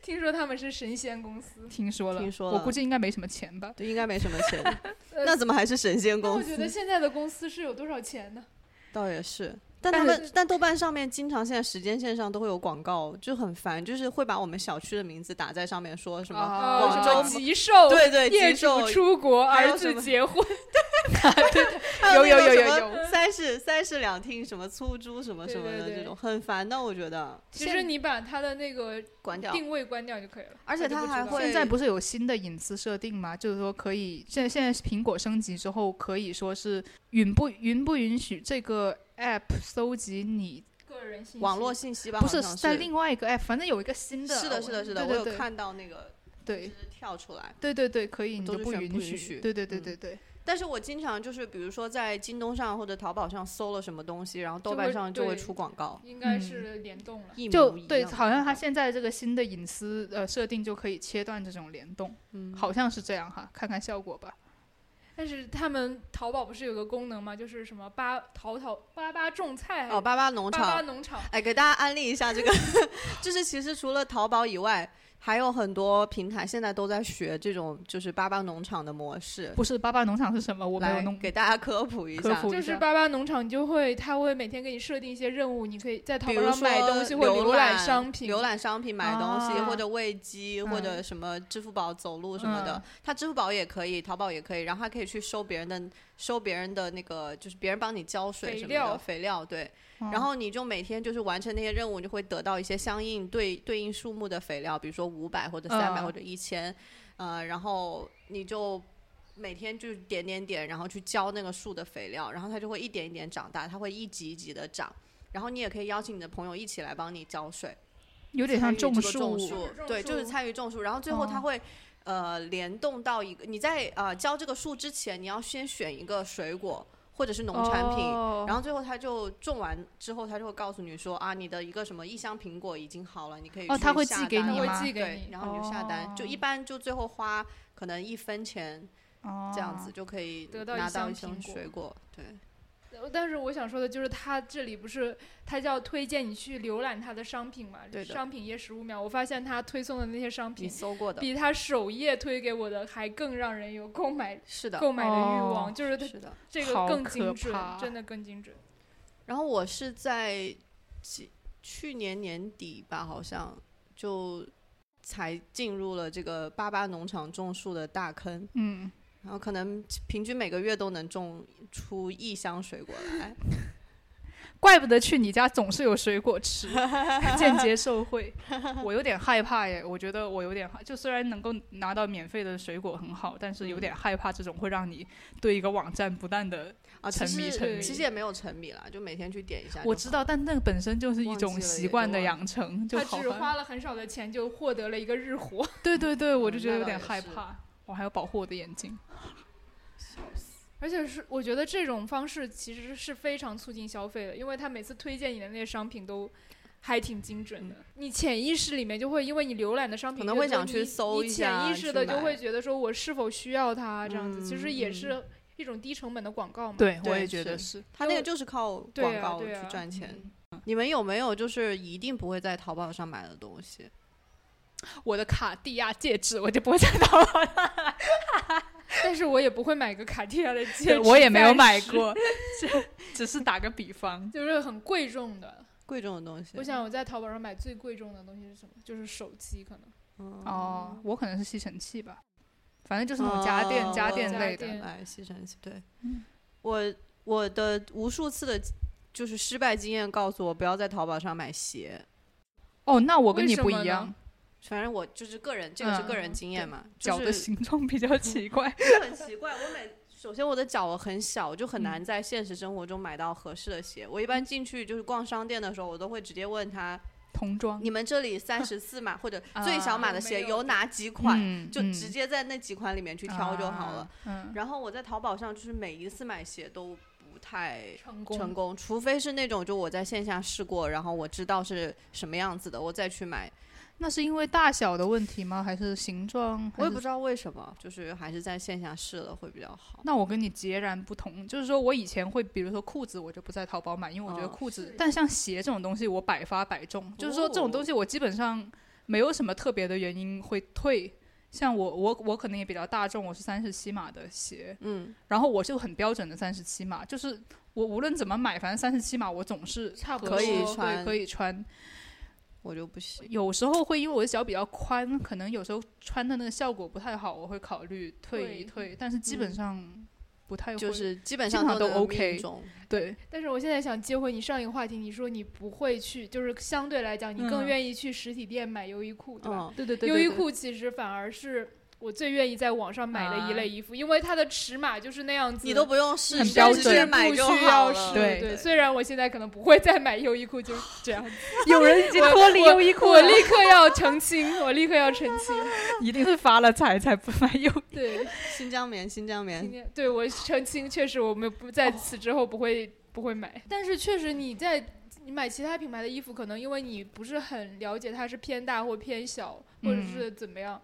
听说他们是神仙公司，
听说了，
听说
我
了
估计应该没什么钱吧。
就应该没什么钱，
(laughs) 呃
那怎么还是神仙
那
公
我
司
觉？得现在的公司是有多少钱呢？
啊
倒也是，但
但
他
是
们但豆瓣上面经常现在时间线上都会有广告，就很烦，就是会把我们小区的名字打在上面，说什么、
啊
呃
广
什么
州
极寿，
对对
业
接受
主出国，
还有
儿
什
子
么
结婚，
(laughs) 还有
有有有有
有三室三室两厅什么出租什么
对
什么
对
的
对
这种很烦的，我觉得
其实你把他的那个
关掉。
定位关掉就可以了。
而且他
他
还
就不知道
会
现在不是有新的隐私设定吗？就是说可以，现在现在苹果升级之后，可以说是允不允不允许这个 app 搜集你，
个人信息，
网络信息吧，
不
好
是
像是
在另外一个 app，反正有一个新的。
是的，是的，是的，我
对
有
对对
看到那个就
对
是跳出来。
对对对，可以，你
都
就是不
选
允
不
许。
允许
对对对
嗯
对对，
但是我经常就是，比如说在京东上或者淘宝上搜了什么东西，然后豆
就
瓣
会
上就会
对
出广告，
应该是联动了。
一
就
模一
对，
样
好像它
的
现在这个新的隐私呃设定就可以切断这种联动，
嗯
好像是这样哈，看看效果吧。
但是他们淘宝不是有个功能吗？就是什么八淘淘八八种菜，
哦，八八农
八八
场，
农场，
哎，给大家安利一下这个， (laughs) 就是其实除了淘宝以外，还有很多平台现在都在学这种就是八八农场的模式，
不是八八农场是什么？我没有
来
弄
给大家科普一
科
下
普。
就
一
是
下。
八八农场，你就会他会每天给你设定一些任务，你可以在淘
比
宝
如
上
说
买东西或
浏
览商品。哦
浏览商品买东西，
啊
或者喂鸡，或
嗯
者什么支付宝走路什么的
嗯，
它支付宝也可以，淘宝也可以，然后还可以去收别人的收别人的那个，就是别人帮你浇水
肥
什么
料
的肥料，对。
嗯
然后你就每天就是完成那些任务，你就会得到一些相应对对应数目的肥料，比如说五百或者三百
嗯
或者一千，呃，然后你就。每天就点点点，然后去浇那个树的肥料，然后它就会一点一点长大，它会一级一级的长。然后你也可以邀请你的朋友一起来帮你浇水，
有点
参
像
与这
种
个
树
种，
种
对，就是
树
参与种树。然后最后它
哦
会、呃联动到一个，你在呃浇这个树之前，你要先选一个水果或者是农产品，
哦
然后最后它就种完之后，它就会告诉你说啊，你的一个什么一箱苹果已经好了，你可以
哦
去
它会
下
寄给
单了
你
会
吗
寄给
对，
你。
然后你就下单，就一
哦
般就最后花可能一分钱
哦
这样子就可以
得到一
拿到
箱
一箱
苹果
水果，对，
呃但是我想说的就是，他这里不是他叫推荐你去浏览他的商品嘛？
对的
商品页十五秒。我发现他推送的那些商
你
品，
搜过的，
比他首页推给我的还更让人有购买
是的，
购买的欲
哦
望，就是他
是的。
这个
好
更
可
精准，
怕
真的更精准。
然后我是在几去年年底吧，好像就才进入了这个巴巴农场种树的大坑，
嗯，
然后可能平均每个月都能种出一箱水果来。
(laughs) 怪不得去你家总是有水果吃，间接受贿。我有点害怕耶，我觉得我有点害，就虽然能够拿到免费的水果很好，但是有点害怕这种会让你对一个网站不断的。
啊，其
沉
实
迷沉
其
迷
实也没有沉迷啦，就每天去点一下就好。
我知道，但那个本身就是一
忘记
种
了也
习惯
就
的
忘了
养成，就
他
好
只
烦
花了很少的钱就获得了一个日活，
对对对，我
嗯
就觉得
那
有
倒
点
也
害
是
怕。我还要保护我的眼睛。
而且是我觉得这种方式其实是非常促进消费的，因为他每次推荐你的那些商品都还挺精准的，你潜意识里面就会因为你浏览的商品
嗯可能
越
会
多
想去
你
搜
你
一
潜
下
意识的
去
就
买
会觉得说我是否需要它这样子，
嗯
其实也
嗯
是一种低成本的广告嘛。
对，我
对
也觉得是。
他那个就是靠
对
广
啊
告
对
去
啊
赚钱。
嗯
你们有没有就是一定不会在淘宝上买的东西？
我的卡地亚戒指，我就不会再淘宝了。
(laughs) 但是我也不会买个卡地亚的戒
对
指，
我也没有
暂
买
时，
过， (laughs) 只只是打个比方。
就是很贵重的。
贵重的东西？
我想我在淘宝上买最贵重的东西是什么？就是手机，可能
嗯，
哦，我可能是吸尘器吧，反正就是那种家电、
哦
家电
家
类
电
的。
哎，吸尘器，对，
嗯
我我的无数次的，就是失败经验告诉我，不要在淘宝上买鞋。
哦，那我跟
为
你
什
不
么
一样
呢，
反正我就是个人，这个是个人经验嘛，
嗯脚
就
的
是
形状
(laughs)
比较奇怪。
就很奇怪。我每首先我的脚我很小，我就很
嗯
难在现实生活中买到合适的鞋。我一般进去就是逛商店的时候，我都会直接问他
童装，
你们这里三十四码或者
哦啊
最小码
我
的
没
鞋
有
有哪几款？
嗯
就
嗯
直接在那几款里面去挑就好了。。
啊嗯，
然后我在淘宝上就是每一次买鞋都不太
成功
成功，除非是那种就我在线下试过，然后我知道是什么样子的，我再去买。
那是因为大小的问题吗？还是形状？
我也不
还是。
知道为什么，就是还是在线下试了会比较好。
那我跟你截然不同，就是说我以前会，比如说裤子，我就不在淘宝买，因为我觉得
哦
裤子，
是
但像鞋这种东西，我百发百中，就是说这
哦
种东西我基本上没有什么特别的原因会退。像我，我我可能也比较大众，我是三十七码的鞋，
嗯，
然后我就很标准的三十七码，就是我无论怎么买，反正三十七码我总是
差不
合
可以
适
多
穿
对，可以穿。
我就不行。
有时候会因为我的脚比较宽，可能有时候穿的那个效果不太好，我会考虑退一退，但是基本上不太会。
就是基本
基
上
本上都
能
OK
命中
对，
但是我现在想接回你上一个话题，你说你不会去，就是相对来讲，你
嗯
更愿意去实体店买优衣库，对吧？
嗯，
对对对
优衣 (laughs) 库其实反而是我最愿意在网上买
啊
的一类衣服，因为它的尺码就是那样子，
你都不用试，
很
你
标
就直接
准
买
不
就
需
好
要
了。
试。
对哦
对，虽然我现在可能不会再买优衣库，就是
(laughs)
这样。
有人已经脱离优衣库
我立刻要澄清，我立刻要澄清。
一定是发了财才不买优。
对，
新疆棉，新疆
今
棉，
天对我澄清，确实我们不在此之后不会、不会买，哦但是确实你在你买其他品牌的衣服，可能因为你不是很了解它是偏大或偏小，或者
嗯
是怎么样，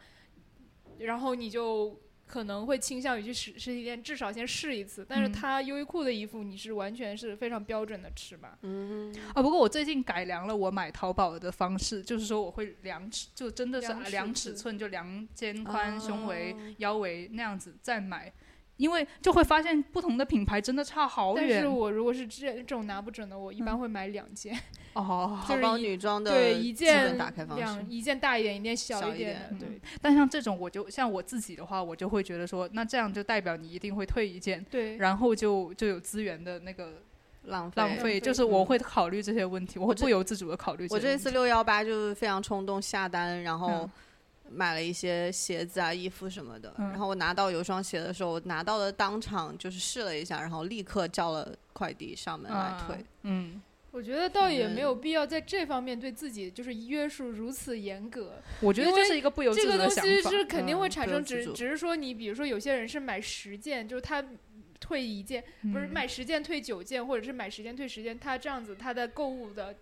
然后你就。可能会倾向于去实实体店，至少先试一次。但是
嗯
它优衣库的衣服，你是完全是非常标准的尺码。
嗯，
啊，不过我最近改良了我买淘宝的方式，就是说我会量尺，就真的是啊
量尺
量尺
寸
寸，就量肩宽、胸围
哦、
腰围那样子再买，因为就会发现不同的品牌真的差好
但是
远。
我如果是这这种拿不准的，我一般会买两件，
哦，
淘
就是
宝
一
女装的
对，一
基
件
本打开方式
两。一件大一点，一件
小
小
一
点
点
的，
嗯
对。
但像这种，我就像我自己的话，我就会觉得说，那这样就代表你一定会退一件，
对，
然后就就有资源的那个
浪费。
浪费，
费
就是我会考虑这些问题，我会
我这
不由自主的考虑些
我
问题。
这次六幺八就是非常冲动下单，然后
嗯
买了一些鞋子啊、衣服什么的。
嗯
然后我拿到有一双鞋的时候，我拿到的当场就是试了一下，然后立刻叫了快递上门来
啊
退。
嗯，
我觉得倒也
嗯
没有必要在这方面对自己就是约束如此严格，
我觉得
因
这
为
是一个不由自
这
主
个
的
东
想
西
法。
是肯定会产
嗯
生
不由自
只，
主
只是说你比如说有些人是买十件，就是他退一件，不是
嗯
买十件退九件，或者是买十件退十件，他这样子他的购物的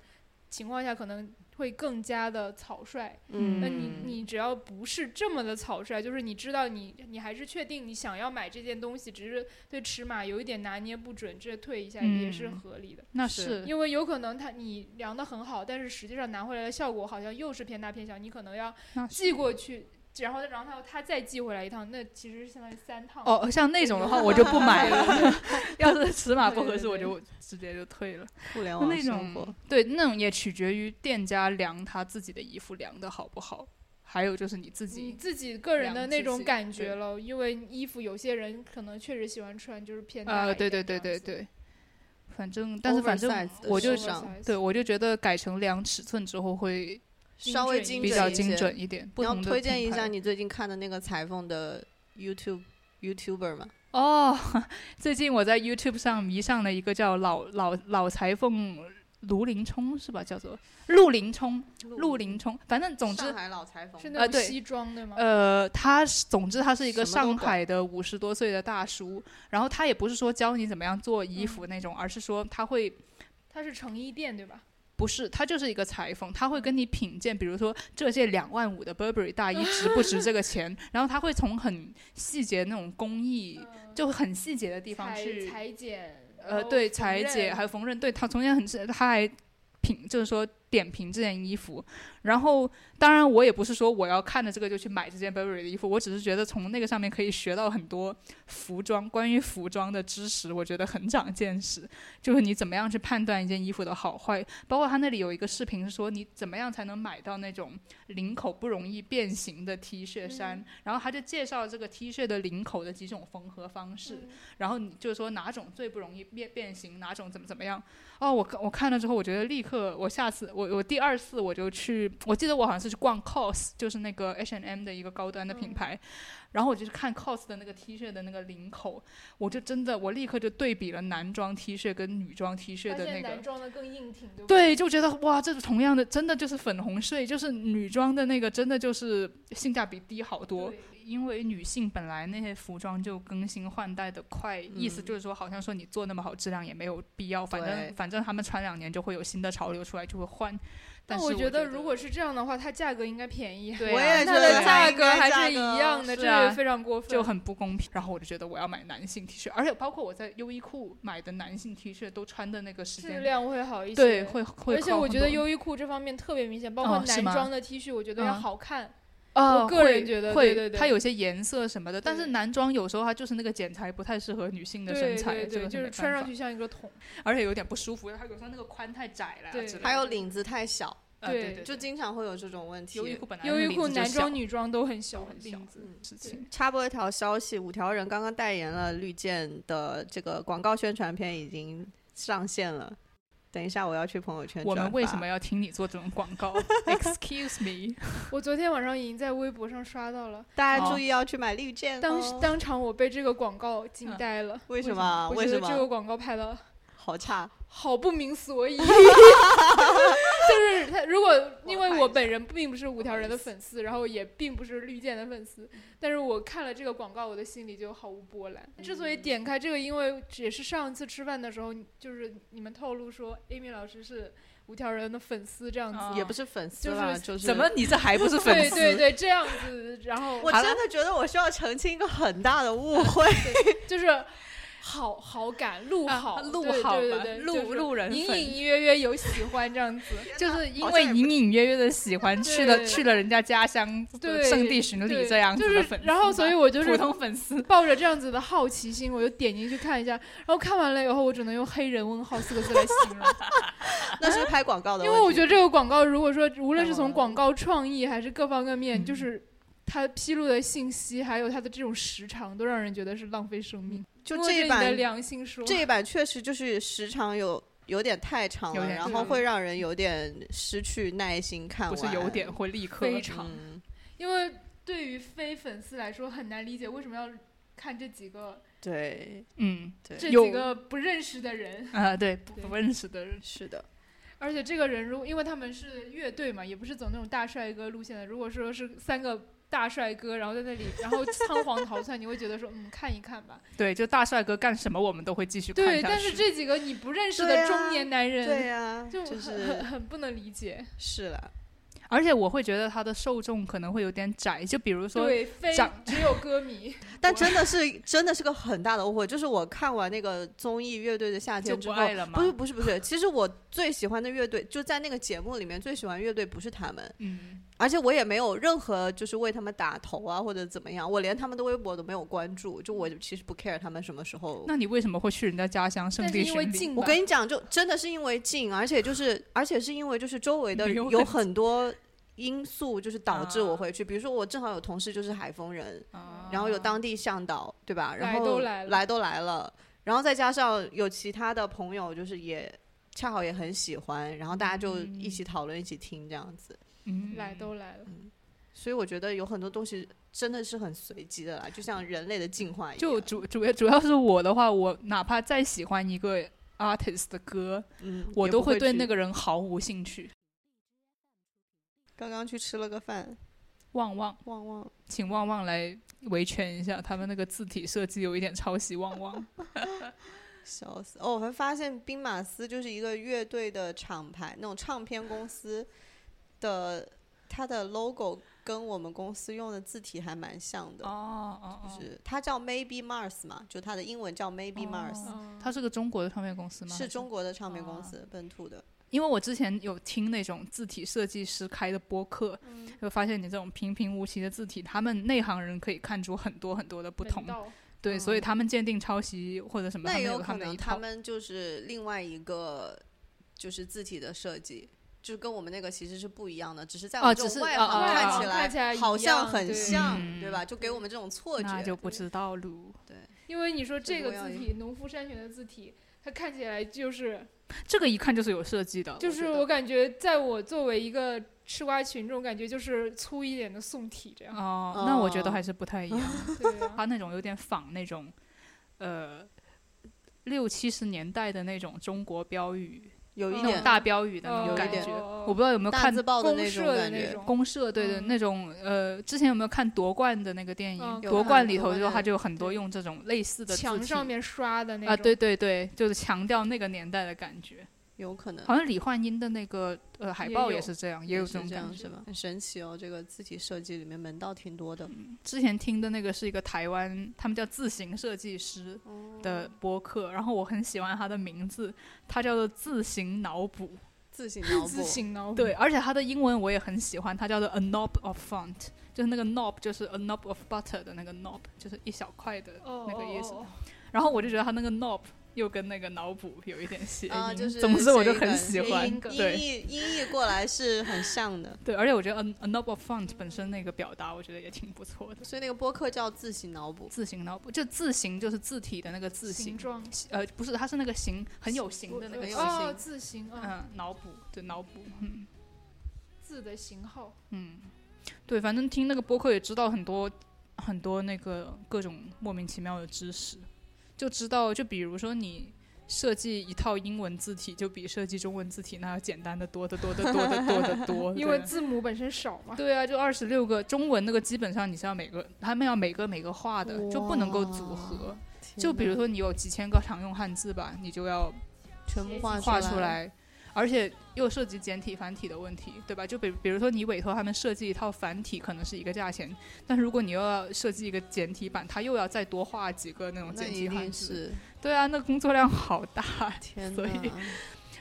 情况下可能会更加的草率。
嗯
那你你只要不是这么的草率，就是你知道你你还是确定你想要买这件东西，只是对尺码有一点拿捏不准，这退一下也是
嗯
合理的。
那
是
(laughs) 是
因为有可能它你量的很好，但是实际上拿回来的效果好像又是偏大偏小，你可能要
那是
寄过去，然后然后它它再寄回来一趟，那其实相当于三趟。
哦，像那种的话我就不买
(laughs)
了，要是尺码不合适
对
我
对对
就直接就退了。
互联网
那
生
种
活，
对那种也取决于店家量他自己的衣服量的好不好，还有就是你自
你
己。
自己个人的
量自
那
己
种感觉
对
了，因为衣服有些人可能确实喜欢穿就是偏大
呃，
一
对
点
对
这
对对
样子，
对，反正但是反正
Oversize 的
我就
时尚
oversize
对我就觉得改成量尺寸之后会
稍微精
精准
比较
一些
精准一点。不
你要
同的
推荐
品
一
牌
下你最近看的那个裁缝的 YouTube YouTuber 吗？
哦，最近我在 YouTube 上迷上了一个叫老老老裁缝卢林冲是吧？叫做陆林冲，陆林冲，反正总之
上海老裁缝
是
呃
那种
对
西装的吗？
呃，他是，总之他是一个
什么都懂
上海的五十多岁的大叔，然后他也不是说教你怎么样做
嗯
衣服那种，而是说他会。
它是成衣店对吧？
不是，他就是一个裁缝，他会跟你品鉴，比如说这件两万五的 Burberry 大衣值不值这个钱，然后他会从很细节那种工艺，呃就很细节的地方
裁
去
裁剪，
呃，对，裁剪还有缝纫，对他从前很是他还评，就是说点评这件衣服。然后，当然我也不是说我要看着这个就去买这件 Burberry 的衣服，我只是觉得从那个上面可以学到很多服装关于服装的知识，我觉得很长见识。就是你怎么样去判断一件衣服的好坏，包括他那里有一个视频是说你怎么样才能买到那种领口不容易变形的 T 恤衫，
嗯
然后他就介绍这个 T 恤的领口的几种缝合方式。
嗯
然后你就说哪种最不容易变变形，哪种怎么怎么样。哦，我看我看了之后，我觉得立刻我下次我我我第二次我就去，我记得我好像是去逛 COS，就是那个 H&M 的一个高端的品
嗯
牌，然后我就去看 COS 的那个 T 恤的那个领口，我就真的我立刻就对比了男装 T 恤跟女装 T 恤
发
的那
现
个
男，装的更硬挺，对不对？
对，就觉得哇，这是同样的，真的就是粉红税，就是女装的那个真的就是性价比低好多
对。
因为女性本来那些服装就更新换代的快，意思就是说，好像说你做那么好质量也没有必要，反
对
正反正他们穿两年就会有新的潮流出来，就会换。但
但
是
我
觉
得如果是这样的话，它价格应该便 (laughs) 宜啊。
对
我
啊
也觉
它
得
的
它
价
应
格
该
还
价
是
格
一样的，
是
这
啊
也非常过分。
就很不公平，然后我就觉得我要买男性 T 恤，而且包括我在优衣库买的男性 T 恤都穿的那个时
质
间，
量会好一些。
对，会会高很多。
而且我觉得优衣库这方面特别明显，包括
哦是
男
吗
装的 T 恤，我觉得要
嗯
好看。
啊，
我个人
会
觉得
会，
对对对
它有些颜色什么的，但是
对
男装有时候它就是那个剪裁不太适合女性的身
对
材，
对
这
对，
个
就
没
是
办
穿上
法，
去像一个桶。
而且有点不舒服，它有时候那个宽太窄了啊
对
之类的，
还有领子太小，
呃
对
对对，
就
对
经常会有这种问
优衣
题。
库本来
优衣
那个
库
领子就
男装、
小
女装都很小，
很小嗯
领子。
事情，
插播一条消息，五条人刚刚代言了绿箭的这个广告宣传片已经上线了。等一下，我要去朋友圈
我
转
们为
发
什么要听你做这种广告？Excuse me，
我昨天晚上已经在微博上刷到了，
大家
哦
注意要去买绿箭、
嗯
哦？
当时当场我被这个广告惊呆了。
为什么
我
为
觉
什
得
么
这个广告拍的
好差，
好不明
(laughs)
所以，就是他如果因为我本人并不是五条人的粉丝，然后也并不是绿箭的粉丝，但是我看了这个广告，我的心里就毫无波澜。
嗯
之所以点开这个，因为也是上一次吃饭的时候，就是你们透露说 Amy 老师是五条人的粉丝这样子，
啊
也不是粉丝
就是
啦，就是
怎么你这还不是粉丝？
对对对，这样子，然后
我真的觉得我需要澄清一个很大的误会，
就是好好感路
啊
好
路
对
好
对
吧
对对，
路
就是
路人
隐
粉
隐约约有喜欢这样子。
(laughs) 就是因
好像
为
也不
隐隐约约的喜欢，去了
对
去了人家家乡
对
圣地巡礼
对
这样
就
子的
是
粉，丝吧，
然后所以我就是
普通粉丝，
(laughs) 抱着这样子的好奇心，我就点进去看一下，然后看完了以后，我只能用“黑人问号”四个字来形
(laughs)
容，
(laughs) 那是拍广告的问题，
因为我觉得这个广告，如果说无论是从
嗯
广告创意还是各方各面，
嗯
就是它披露的信息，还有它的这种时长，都让人觉得是浪费生命。
就
摸
这
着
一
你的
版
良心说，
这一版确实就是时长有有点太长
有
了，
点
然后会让人有点失去耐心看
不
完。
是有点会立刻
非常
嗯，
因为对于非粉丝来说很难理解为什么要看这几个
对
嗯
对，
这
有
几个不认识的人。
啊对不
对
不认识的人，
是的，
而且这个人如果因为他们是乐队嘛，也不是走那种大帅哥路线的。如果说是三个大帅哥，然后在那里，然后仓皇逃窜，你会觉得说，嗯，看一看吧。
对，就大帅哥干什么我们都会继续看
对，
下
但是
去
这几个你不认识
对
的
啊
中年男人，
对呀、
就
就
很
是
(laughs)
很很不能理解。
是了，
而且我会觉得他的受众可能会有点窄，就比如说
对，非
长
只有歌迷，
但真的是真的是个很大的误会，就是我看完那个综艺《乐队的夏天》
就
之
不
后。
爱了嘛
不，是不是不是，其实我最喜欢的乐队就在那个节目里面，最喜欢乐队不是他们，
嗯，
而且我也没有任何就是为他们打头啊或者怎么样，我连他们的微博都没有关注，就我其实不 care 他们什么时候
那你为什么会去人家家乡圣
但是
地
因为
巡礼？
近吧，
我跟你讲，就真的是因为近，而且就是，而且是因为就是周围的
没有
有
很
很多因素，就是导致我
啊
会去。比如说，我正好有同事就是海丰人，
啊
然后有当地向导，对吧？然
来
后
都来了
都来了然后再加上有其他的朋友，就是也恰好也很喜欢，然后大家就一起讨论、一起听这样子。
嗯
来都来了。
所以我觉得有很多东西真的是很随机的啦，就像人类的进化一样。
就主主要主要是我的话，我哪怕再喜欢一个 artist 的歌，
嗯，
我
也
都
不会
对
去
那个人毫无兴趣。
刚刚去吃了个饭，
旺旺，
旺旺。
请旺旺来维权一下，他们那个字体设计有一点抄袭
(laughs)
旺旺。
笑死！哦，我还发现兵马司就是一个乐队的厂牌，那种唱片公司的，它的 logo 跟我们公司用的字体还蛮像的。
哦哦
就是它叫 Maybe Mars 嘛，就它的英文叫 Maybe Mars，、
哦
嗯
它是个中国的唱片公司吗？
是中
还
国的唱片
哦
公司、本土的。
因为我之前有听那种字体设计师开的播客，
嗯
就发现你这种平平无奇的字体，他们内行人可以看出很多很多的不同
门。道
对，所以
嗯
他们鉴定抄袭或者什么，
那
他
也
们
有
有
可
们的
能
一
他
套。
们就是另外一个就是字体的设计，就是跟我们那个其实是不一样的，只是在我
哦
们这
只
种
是
外
哦
行
哦哦
看起
哦
来
看起来一
好像
样
很
对
像，
嗯
对吧？就给我们这种错觉。
那就不知道喽。
因为你说这
这个
个
我要
字
一
体，农夫山泉的字体，它看起来就是
这个一看就是有设计的，
就是
觉得
我感觉，在我作为一个吃瓜群众，感觉就是粗一点的宋体
(laughs)
这样。
哦，那我觉得
哦
还是不太一样。
对啊
(laughs) 他那种有点仿那种，呃，六七十年代的那种中国标语，
有一
那种
点嗯
大标语的那
有
种
一
感
点
觉。
哦
我不知道有没有
大
看
字报的
公
那
社
种
的
感
那
觉
种，
公社对的
嗯
那种，呃，之前有没有看夺冠的那个电
嗯
影？
有
夺
看
冠里
夺
头
冠
就
的
它就有很多用这种类似的字
墙
体
上面刷的那种
啊，对对对，就是强调那个年代的感觉。
有可能
好像李焕英的那个呃海
也
报也
有
是这样，
嗯
也
也
有
是
这种
这
感
样
觉。
是吧？很神奇哦，这个字体设计里面门道挺多的。
之前听的那个是一个台湾，他们叫字形设计师
哦
的
哦
播客，然后我很喜欢他的名字，他叫做字形脑补。
字形
(laughs)
脑补
自，省脑补
对，而且他的英文我也很喜欢，他叫做 a knob of font，就是那个 knob 就是 a knob of butter 的那个 knob，就是一小块的
哦
那个意思。
哦哦
然后我就觉得他那个 knob 又跟那个脑补有一点谐音，
啊就是
总之我就
谐音
很
梗
喜
谐
欢
音。梗
对
音译音译过来是很像的，
对，而且我觉得 a a knob of font 本身那个表达，我觉得也挺不错的。
所以那个播客叫字形脑补。
字形脑补，就字形就是字体的那个字形
形，状
呃，不是，它是那个形很有形的那个
很
形，
有
哦
型
字形啊
嗯，脑补对脑补，嗯
字的型号。
嗯，对，反正听那个播客也知道很多很多那个各种莫名其妙的知识，就知道就比如说你。设计一套英文字体，就比设计中文字体那要简单的多得多得多得多得多
(laughs) 因
哦对
为字母本身少嘛
对啊，就二十六个中文那个基本上你是要每个他们要每个每个画的，就不能够组合。就比如说你有几千个常用汉字吧，你就要
全部画
画出，来，而且又涉及简体繁体的问题，对吧？就比比如说你委托他们设计一套繁体，可能是一个价钱，但如果你又要设计一个简体版，他又要再多画几个那种
那
简
一
体汉
定
字，
是
对啊，那工作量好大。
天
所以 (laughs)
哪！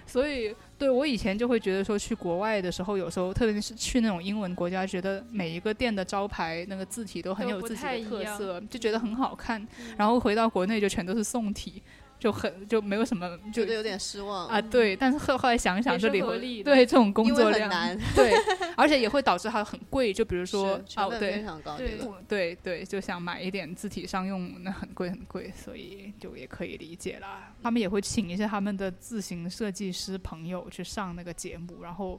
所以，对我以前就会觉得说，去国外的时候，有时候特别是去那种英文国家，觉得每一个店的招牌那个字体都很
都
有
不
自己
太
的
一
特
样嗯
色，就觉得很好看。然后回到国内就全都是宋体，就很就没有什么就
觉得有点失望
啊，
嗯
对，但是后后来想一想，
也
这
是
里
合
会
理的
对这种工
因为
作
很
量，
难，
(laughs)
对，而且也会导致它很贵。就比如 (laughs) 说
是
啊
成，本非
对
常高，
对
这个
对对，就想买一点字体商用，那很贵很贵，所以就也可以理解啦。他们也会请一些他们的自行设计师朋友去上那个节目，然后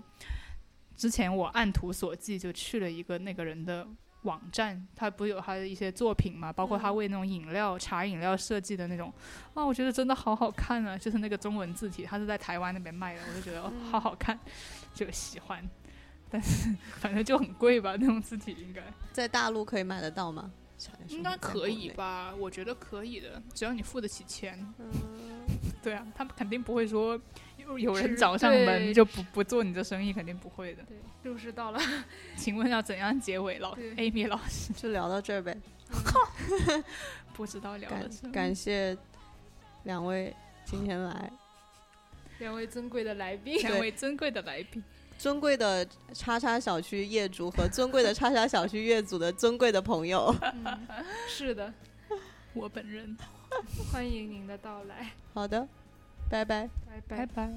之前我按图索骥就去了一个那个人的。网站，他不是有他的一些作品嘛，包括他为那种饮料、茶饮料设计的那种，啊，我觉得真的好好看啊！就是那个中文字体，他是在台湾那边卖的，我就觉得、哦、好好看，就喜欢。但是 (laughs) 反正就很贵吧，那种字体应该。
在大陆可以买得到吗？
应该可以吧？我觉得可以的，只要你付得起钱。
嗯
对啊，他们肯定不会说有有人
只
找上门
对
就不不做你的生意，肯定不会的。
对入世到了 (laughs)
请问要怎样结尾，老
对
Amy 老师？
就聊到这儿呗。
不知道聊
感
的是
感谢两位今天来，
两位尊贵的来
(laughs)
宾
两
对
位珍贵的来宾，
尊贵的叉叉小区业主和尊贵的叉叉小区业主的尊贵的朋友。 (laughs)
嗯是的
我本人，
欢迎您的到来
好的，拜拜。
拜拜
拜拜。